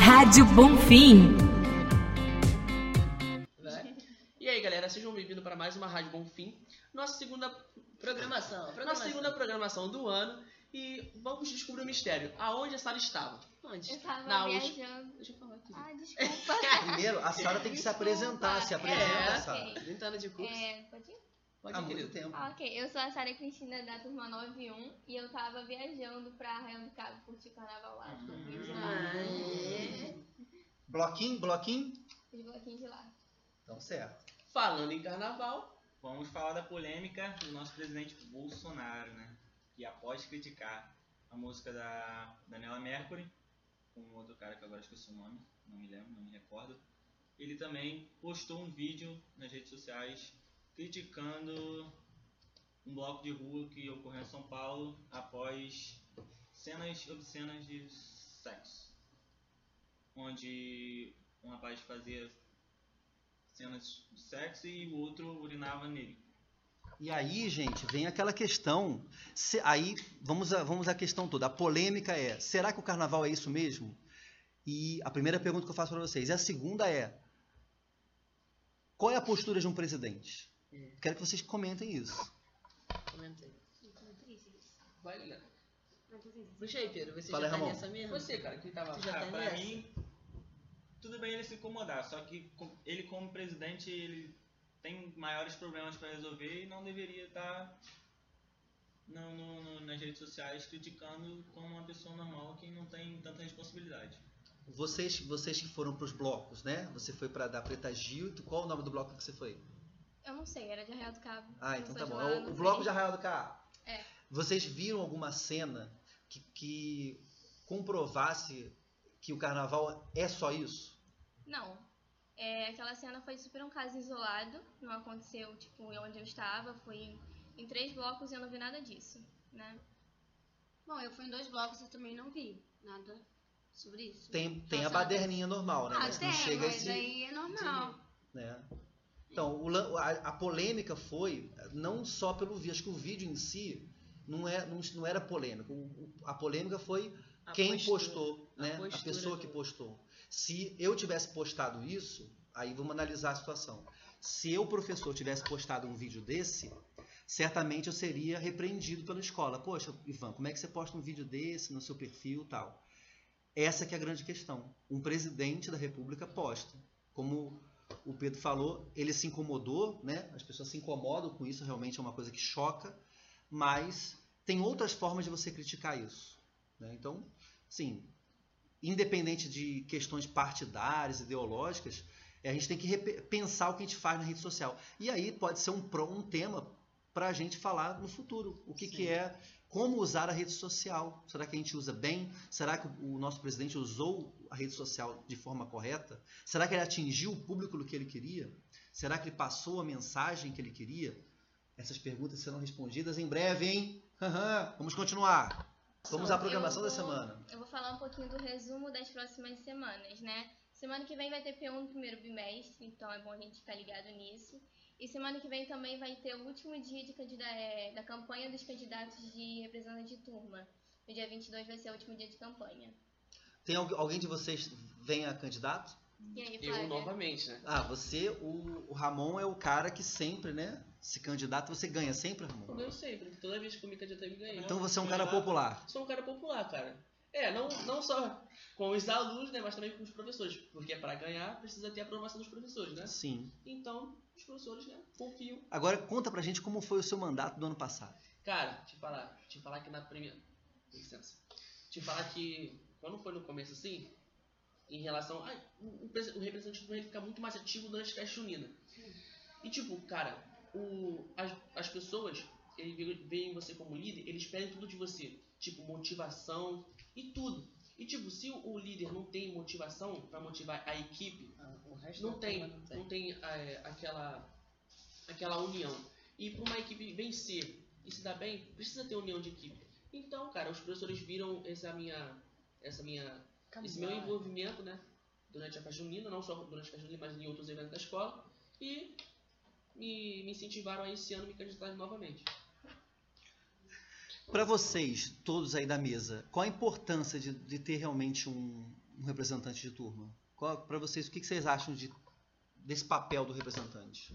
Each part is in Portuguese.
Rádio Bonfim. Né? E aí, galera, sejam bem-vindos para mais uma Rádio Bonfim, nossa segunda Programação. nossa programação. segunda programação do ano e vamos descobrir o mistério. Aonde a Sara estava? Onde? Eu tava Na USP. viajando. Deixa eu falar aqui. Ah, desculpa. Primeiro, a Sara tem que se Desculpa. apresentar. Se É, apresenta, Sara. ok. 30 anos de curso. é, pode ir? Pode Há ir, muito querido. tempo. Ah, ok. Eu sou a Sara Cristina da turma 91 e eu tava viajando pra Arraial do Cabo curtir o carnaval lá. do Rio de Janeiro. Ah, é. Bloquinho, bloquinho? Os bloquinhos de lá. Então, certo. Falando em carnaval, Vamos falar da polêmica do nosso presidente Bolsonaro, né? Que após criticar a música da Daniela Mercury, com um outro cara que agora esqueci o nome, não me lembro, não me recordo, ele também postou um vídeo nas redes sociais criticando um bloco de rua que ocorreu em São Paulo após cenas obscenas de sexo, onde um rapaz fazia cenas de sexo e o outro urinava nele. E aí, gente, vem aquela questão. Se- aí, vamos, a- vamos à questão toda. A polêmica é: será que o carnaval é isso mesmo? E a primeira pergunta que eu faço para vocês. E a segunda é: qual é a postura de um presidente? É. Quero que vocês comentem isso. Comentei. Então, vai, Liliana. Puxa aí, Pedro, você Fala já aí, tá Ramon. nessa mesmo? Você, cara, que tava. Tu já Ah, tá pra nessa? mim, tudo bem ele se incomodar, só que co- ele como presidente, ele tem maiores problemas para resolver e não deveria estar no, no- no- nas redes sociais criticando como uma pessoa normal que não tem tanta responsabilidade. Vocês, vocês que foram para os blocos, né? Você foi para dar Preta Gil. Tu- Qual o nome do bloco que você foi? Eu não sei, era de Arraial do Cabo. Ah, Eu sou então tá de bom. lá, É não o, o sei. bloco de Arraial do Cabo. É. Vocês viram alguma cena que, que comprovasse que o carnaval é só isso? Não. É, aquela cena foi super um caso isolado. Não aconteceu, tipo, onde eu estava. Foi em, em três blocos e eu não vi nada disso, né? Bom, eu fui em dois blocos e também não vi nada sobre isso. Tem, tem a Relacionado a isso. baderninha normal, né? Ah, mas tem, não chega a mas esse. aí é normal. né? Então, o lan- a, a polêmica foi não só pelo vídeo, acho que o vídeo em si não, é, não, não era polêmico. O- o- a polêmica foi A quem postura. postou, a né? A postura pessoa do- que postou. Se eu tivesse postado isso, aí vamos analisar a situação. Se eu, professor, tivesse postado um vídeo desse, certamente eu seria repreendido pela escola. Poxa, Ivan, como é que você posta um vídeo desse no seu perfil e tal? Essa que é a grande questão. Um presidente da república posta. Como o Pedro falou, ele se incomodou, né? As pessoas se incomodam com isso, realmente é uma coisa que choca, mas tem outras formas de você criticar isso. né? Então, sim, independente de questões partidárias, ideológicas, é, a gente tem que repe- pensar o que a gente faz na rede social. E aí pode ser um, pro- um tema para a gente falar no futuro. O que, que é, como usar a rede social? Será que a gente usa bem? Será que o nosso presidente usou a rede social de forma correta? Será que ele atingiu o público do que ele queria? Será que ele passou a mensagem que ele queria? Essas perguntas serão respondidas em breve, hein? Aham, Vamos continuar. Vamos à programação da Eu vou- semana. Eu vou falar um pouquinho do resumo das próximas semanas, né? Semana que vem vai ter P1 no primeiro bimestre, então é bom a gente ficar ligado nisso. E semana que vem também vai ter o último dia de candida- eh, da campanha dos candidatos de representante de turma. No dia 22 vai ser o último dia de campanha. Tem algu- alguém de vocês venha candidato? E aí, Eu Flávia? novamente, né? Ah, você, o, o Ramon é o cara que sempre, né? Se candidata, você ganha sempre, Eu Ramon. ganho sempre, toda vez que eu me candidatei, eu ganhei. Então você é um cara popular. Sou um cara popular, cara. É, não, não só com os alunos, né, mas também com os professores. Porque para ganhar, precisa ter a aprovação dos professores, né? Sim. Então, os professores, né, confiam Agora conta pra gente como foi o seu mandato do ano passado. Cara, te falar, te falar que na primeira. Licença. Te falar que quando foi no começo assim, em relação. Ai, o, o pres- o representante do ele fica muito mais ativo durante a caixa unida. E tipo, cara, o, as, as pessoas, eles ve- veem você como líder, eles pedem tudo de você. Tipo, motivação e tudo. E tipo, se o, o líder não tem motivação pra motivar a equipe, Ah, o resto não da tem, turma não tem, é, aquela, aquela união. E para uma equipe vencer e se dar bem, precisa ter união de equipe. Então, cara, os professores viram essa minha, essa minha, esse meu envolvimento, né, durante a festa junina, não só durante a festa junina, mas em outros eventos da escola, e me, me incentivaram a esse ano me candidatar novamente. Pra vocês, todos aí da mesa, qual a importância de, de ter realmente um, um um representante de turma? Qual para vocês o que, que vocês acham de- desse papel do representante?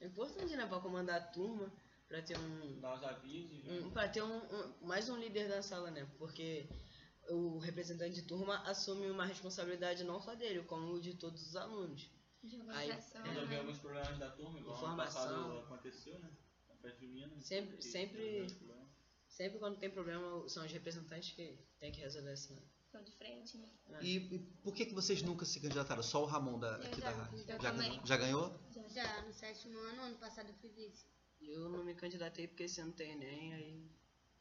É importante, né? Pra comandar a turma, pra ter um. Dar os avisos. né? um pra ter um, um- mais um líder da sala, né? Porque o representante de turma assume uma responsabilidade não só dele, como de todos os alunos. De organização, Resolver né? alguns problemas da turma, igual ano Informação. passado aconteceu, né? Na festa junina. Sempre- teve sempre- resolver os problemas. Sempre quando tem problema, são os representantes que tem que resolver isso, né? Estão de frente, né? E, e por que, que vocês nunca se candidataram? Só o Ramon da, aqui Eu da já- rádio. eu Já também. ganhou? Já ganhou? Já. Já no sétimo ano, ano passado eu fui vice. Eu não me candidatei porque esse ano tem Enem, aí.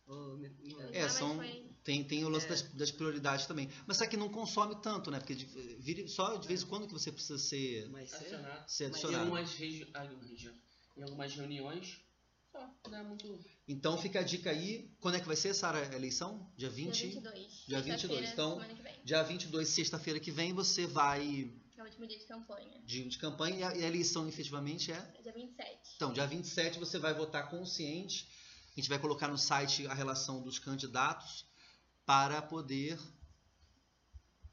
vou me- me- Ah, É, mas são, foi- tem, tem o lance É. das, das prioridades também. Mas será que não consome tanto, né? Porque de- vira- só de vez em quando que você precisa ser, Mas será? Acionar. ser Mas é- Em adicionado. algumas, regi... ah, em algumas regiões. em algumas reuniões, só, dá muito. Então fica a dica aí. Quando é que vai ser, Sara, a eleição? Dia Dia 20? 22. Dia 22, Sexta-feira, então- Semana que vem. Dia 22, sexta-feira que vem, você vai É o último dia de campanha. de, de campanha e a, e a eleição efetivamente é? É Dia 27. Então, dia 27 você vai votar consciente. A gente vai colocar no site a relação dos candidatos para poder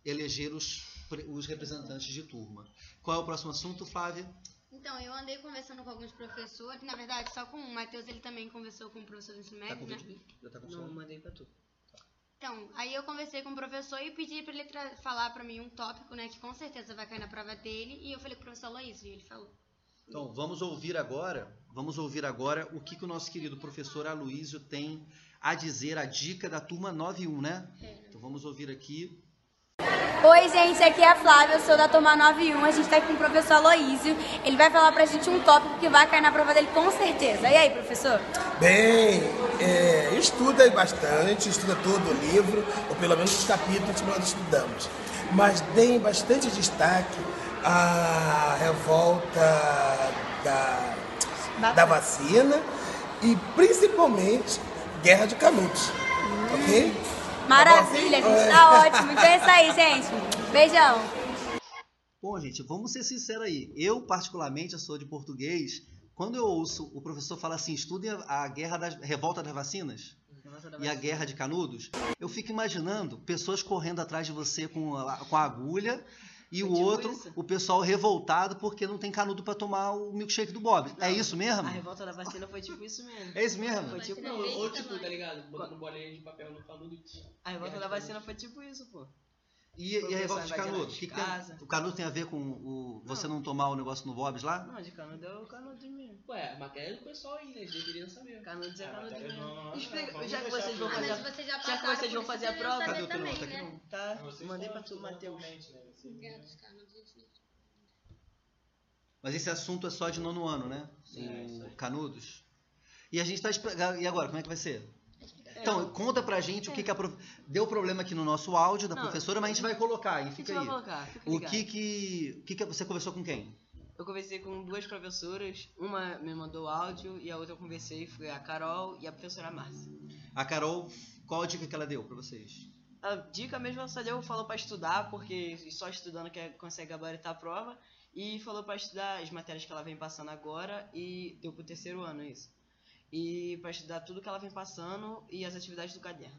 eleger os, pre- os representantes de turma. Qual é o próximo assunto, Flávia? Então, eu andei conversando com alguns professores, na verdade só com um. O Matheus, ele também conversou com o professor do ensino Tá médio, com né? vídeo? Já tá com Não, som? mandei pra tu. Então, aí eu conversei com o professor e pedi pra ele tra- falar pra mim um tópico, né, que com certeza vai cair na prova dele. E eu falei com o professor Aloysio, e ele falou. Então, vamos ouvir agora, vamos ouvir agora o que, que o nosso querido professor Aloysio tem a dizer, a dica da turma 91, né? É. Então vamos ouvir aqui. Oi, gente, aqui é a Flávia, eu sou da turma 91. A gente tá aqui com o professor Aloísio. Ele vai falar pra gente um tópico que vai cair na prova dele com certeza. E aí, professor? Bem, é, estuda bastante, estuda todo o livro, ou pelo menos os capítulos que nós estudamos. Mas deem bastante destaque à revolta da, da vacina e principalmente guerra de canudos. Ok? Maravilha, gente, tá ótimo. Então é isso aí, gente. Beijão. Bom, gente, vamos ser sinceros aí. Eu, particularmente, eu sou de português. Quando eu ouço o professor falar assim, estudem a, a guerra das, revolta das vacinas Nossa, e a guerra de canudos, eu fico imaginando pessoas correndo atrás de você com a, com a agulha e Eu o digo outro, Tipo isso. o pessoal revoltado porque não tem canudo pra tomar o milkshake do Bob. é isso mesmo? A revolta da vacina foi tipo isso mesmo. É isso mesmo? Foi tipo, Não, Não, ou desse tipo, tamanho. tá ligado? Botando bolinha de papel no canudo. a revolta da vacina foi tipo isso, pô. E, Foi e a o revolta de pessoal invadindo canudo? as O que que tem- um- casas. o canudo tem a ver com o, você não tomar o negócio no Bob's lá? Não, de canudo é o canudo mesmo. Ué, a matéria do pessoal aí, né? Eles deveriam saber. Canudos é Ah, canudo mas eu não- não- mesmo. não, Explica, vamos já que deixar vocês vão pro- fazer Ah, a mas vocês já já que passaram vocês por vão isso, fazer a vocês deviam prova. Cadê saber o teu também, nome? Tá aqui né? não. Tá, Vocês mandei estão pra tu, estudando Matheus. atualmente, né? Vocês- Guerra dos Canudos, gente. Mas esse assunto é só de nono ano, né? Sim, é isso o aí. Canudos. E a gente tá esperando. E agora, como é que vai ser? É. Então, conta pra gente o que que a prof... Deu problema aqui no nosso áudio da Não, professora, mas a gente vai colocar aí, O que fica você vai aí. colocar? Fica O ligado. que que... o que que. Você conversou com quem? Eu conversei com duas professoras, uma me mandou áudio e a outra eu conversei, foi a Carol e a professora Márcia. A Carol, qual a dica que ela deu pra vocês? A dica mesmo ela só deu, falou pra estudar, porque só estudando que é, consegue gabaritar a prova, e falou pra estudar as matérias que ela vem passando agora e deu pro terceiro ano isso. E pra estudar tudo que ela vem passando e as atividades do caderno.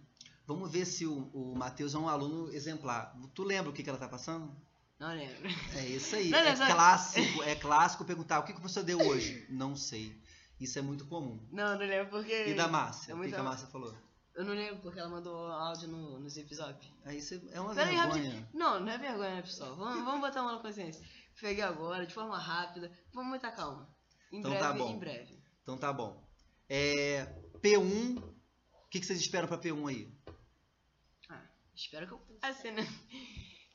Vamos ver se o, o Matheus é um aluno exemplar. Tu lembra o que, que ela tá passando? Não lembro. É isso aí. Não, não, é não. clássico, é clássico perguntar o que, que o professor deu hoje? Não sei. Isso é muito comum. Não, não lembro porque. E da Márcia? É o muito que, que a da- Márcia falou? Eu não lembro porque ela mandou áudio no, no Zip Zop. Aí você é uma Peraí, vergonha. Não, não é vergonha, né, pessoal. Vamos, vamos botar a mão na consciência. Peguei agora, de forma rápida, com muita calma. Em Então breve, tá bom. em breve. Então tá bom. É, P1. O que, que vocês esperam pra P1 aí? Ah, espero que eu passe, né? Espero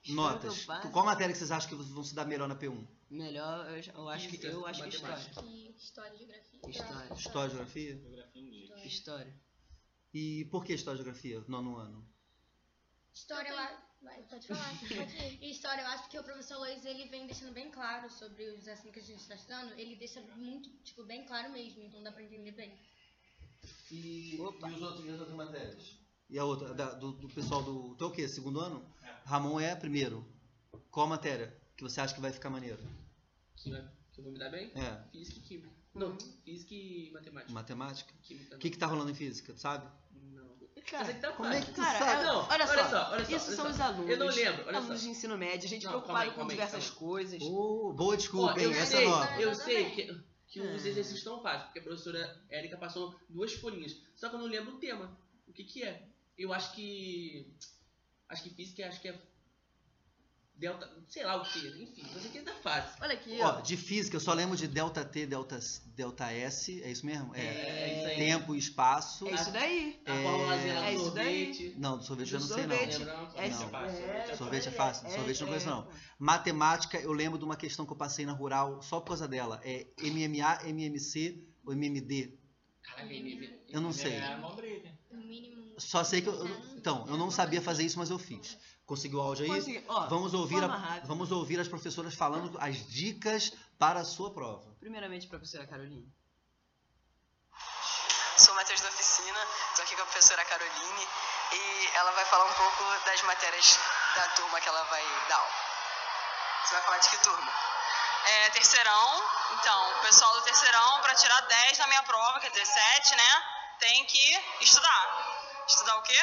que Notas. eu passe. Qual matéria que vocês acham que vocês vão se dar melhor na P1? Melhor, eu, já- eu acho que eu acho que história. Que história e geografia. História. História, geografia? Geografia inglês. História. E por que história e geografia? Nono ano. História, eu acho. Vai, pode falar. E história, eu acho que o professor Luiz, ele vem deixando bem claro sobre os assuntos que a gente está estudando. Ele deixa muito, tipo, bem claro mesmo, então dá pra entender bem. E, Opa. os outros, as outras matérias? E a outra? da- do, do pessoal do. Tu é o quê? Segundo ano? Ramon é primeiro. Qual matéria que você acha que vai ficar maneiro? Que, vai- que eu vou me dar bem? É. Física e química. Não, física e matemática. Matemática? Química O que, não. que tá rolando em física, tu sabe? Não. Cara, Mas é que tá como fácil. é que tu Cara, sabe? eu- Não, olha, olha só, só, olha só, isso olha são só. os alunos. Eu não lembro, olha alunos só. de ensino médio, gente Não, preocupada calma aí, com calma aí, diversas calma aí. coisas. Ô, boa Ó, desculpa, eu hein? Essa é sei, nova. eu Tudo sei bem. que, que É. os exercícios estão fáceis, porque a professora Érica passou duas folhinhas. Só que eu não lembro o tema. O que que é? Eu acho que... Acho que física, acho que é... Delta... Sei lá o que. Enfim, eu sei que tá fácil. Olha aqui, ó. Ó, de física, eu só lembro de delta T, delta, S- delta S, é isso mesmo? É, é isso aí. Tempo e espaço. É isso daí. A É, fórmula zero né, é do isso daí. sorvete. Não, do sorvete eu Do não sei, sorvete. não. Lembra? Não, É, Não. isso- fácil. né? Sorvete é fácil, sorvete eu não conheço, não. Matemática, eu lembro de uma questão que eu passei na rural só por causa dela. É MMA, MMC ou MMD. Caraca, ele me... Eu não sei. É uma briga. O mínimo. Só sei que eu. eu- Então, eu não sabia fazer isso, mas eu fiz. Conseguiu o áudio aí? Consegui- ó, Vamos ouvir, forma a- rápida. vamos ouvir as professoras falando as dicas para a sua prova. Primeiramente, professora Carolina. Sou o Matheus da oficina, estou aqui com a professora Caroline e ela vai falar um pouco das matérias da turma que ela vai dar aula. Você vai falar de que turma? É, terceirão, então, o pessoal do terceirão, para tirar 10 na minha prova, que é 17, né? Tem que estudar. Estudar o quê?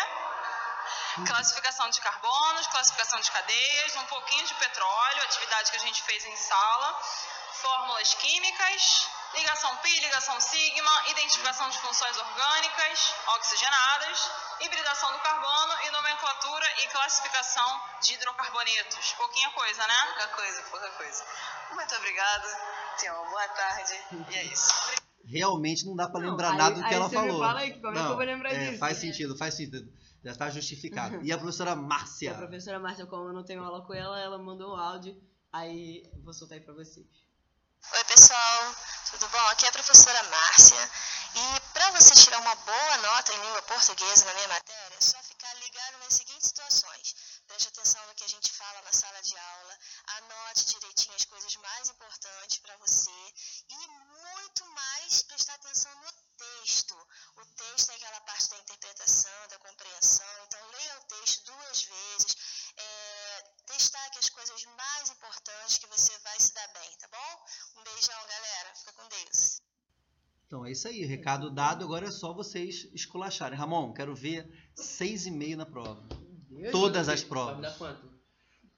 Hum. Classificação de carbonos, classificação de cadeias, um pouquinho de petróleo, atividade que a gente fez em sala, fórmulas químicas, ligação pi, ligação sigma, identificação de funções orgânicas oxigenadas, hibridação do carbono e nomenclatura e classificação de hidrocarbonetos. Pouquinha coisa, né? Pouca coisa, pouca coisa. Muito obrigada, tenha uma boa tarde e é isso. Realmente não dá para Não, lembrar aí- nada do que aí ela você me falou. fala aí, como é que eu vou lembrar é, disso? Uhum. Faz sentido, faz sentido. Já está justificado. E a professora É, A Márcia? professora Márcia, como eu não tenho aula com ela, ela mandou um áudio. Aí, vou soltar aí pra vocês. Oi, pessoal, tudo bom? Aqui é a professora Márcia. E para você tirar uma boa nota em língua portuguesa na minha matéria, é só ficar ligado nas seguintes situações. Preste atenção no que a gente fala na sala de aula, anote direitinho as coisas mais importantes para você e muito mais prestar atenção no texto. O texto é aquela parte da interpretação, da compreensão, então leia o texto duas vezes. É, destaque as coisas mais importantes que você vai se dar bem, tá bom? Um beijão, galera. Fica com Deus. Então é isso aí, recado dado. Agora é só vocês esculacharem. Ramon, quero ver seis e meio na prova. Todas as Vai me dar provas. quanto?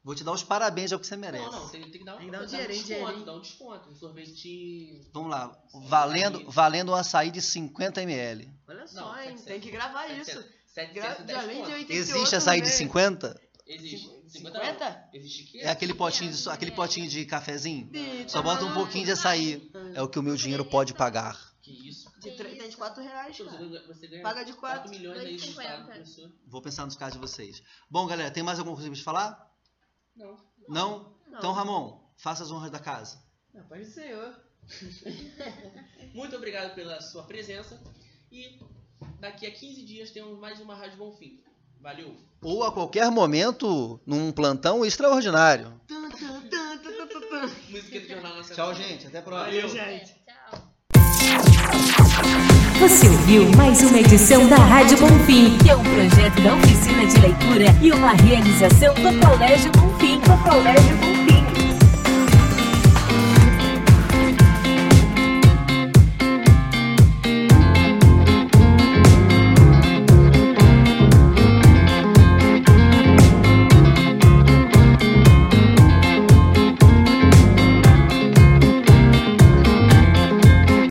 Vou te dar os parabéns, é o que você merece. Não, não, tem, tem que dar um, Tem que dar um dá dinheirinho, desconto, dinheirinho. dá um desconto. Um sorvete. Vamos lá, tá valendo, valendo um açaí de 50 ml. Olha só, Não, hein? 700, Tem que gravar isso. 700, Gra 710 de além de conto. 88 Existe açaí de também. 50? Existe. 50? 50? Existe que? É aquele potinho de, aquele potinho de cafezinho? De- Só bota um pouquinho tá de açaí. É o que o meu dinheiro pode pagar. Que isso? De 3, 4 reais, Você cara. ganha- Você ganha Paga de 4 4. milhões aí de 2,50. estado, professor. Vou pensar nos casos de vocês. Bom, galera, tem mais alguma coisa pra te falar? Não. Não? Não. Então, Ramon, faça as honras da casa. Na paz do Senhor. Muito obrigado pela sua presença. E daqui a 15 dias temos mais uma Rádio Bonfim. Valeu! Ou a qualquer momento, num plantão extraordinário. Tum, tum, tum, tum, tum, tum, tum. Música do Jornal Nacional. Tchau, gente. Até a próxima. Valeu! Gente. é, Tchau. Você ouviu mais uma edição da Rádio Bonfim, que é um projeto da Oficina de Leitura e uma realização do Colégio Bonfim. Do Colégio Bonfim.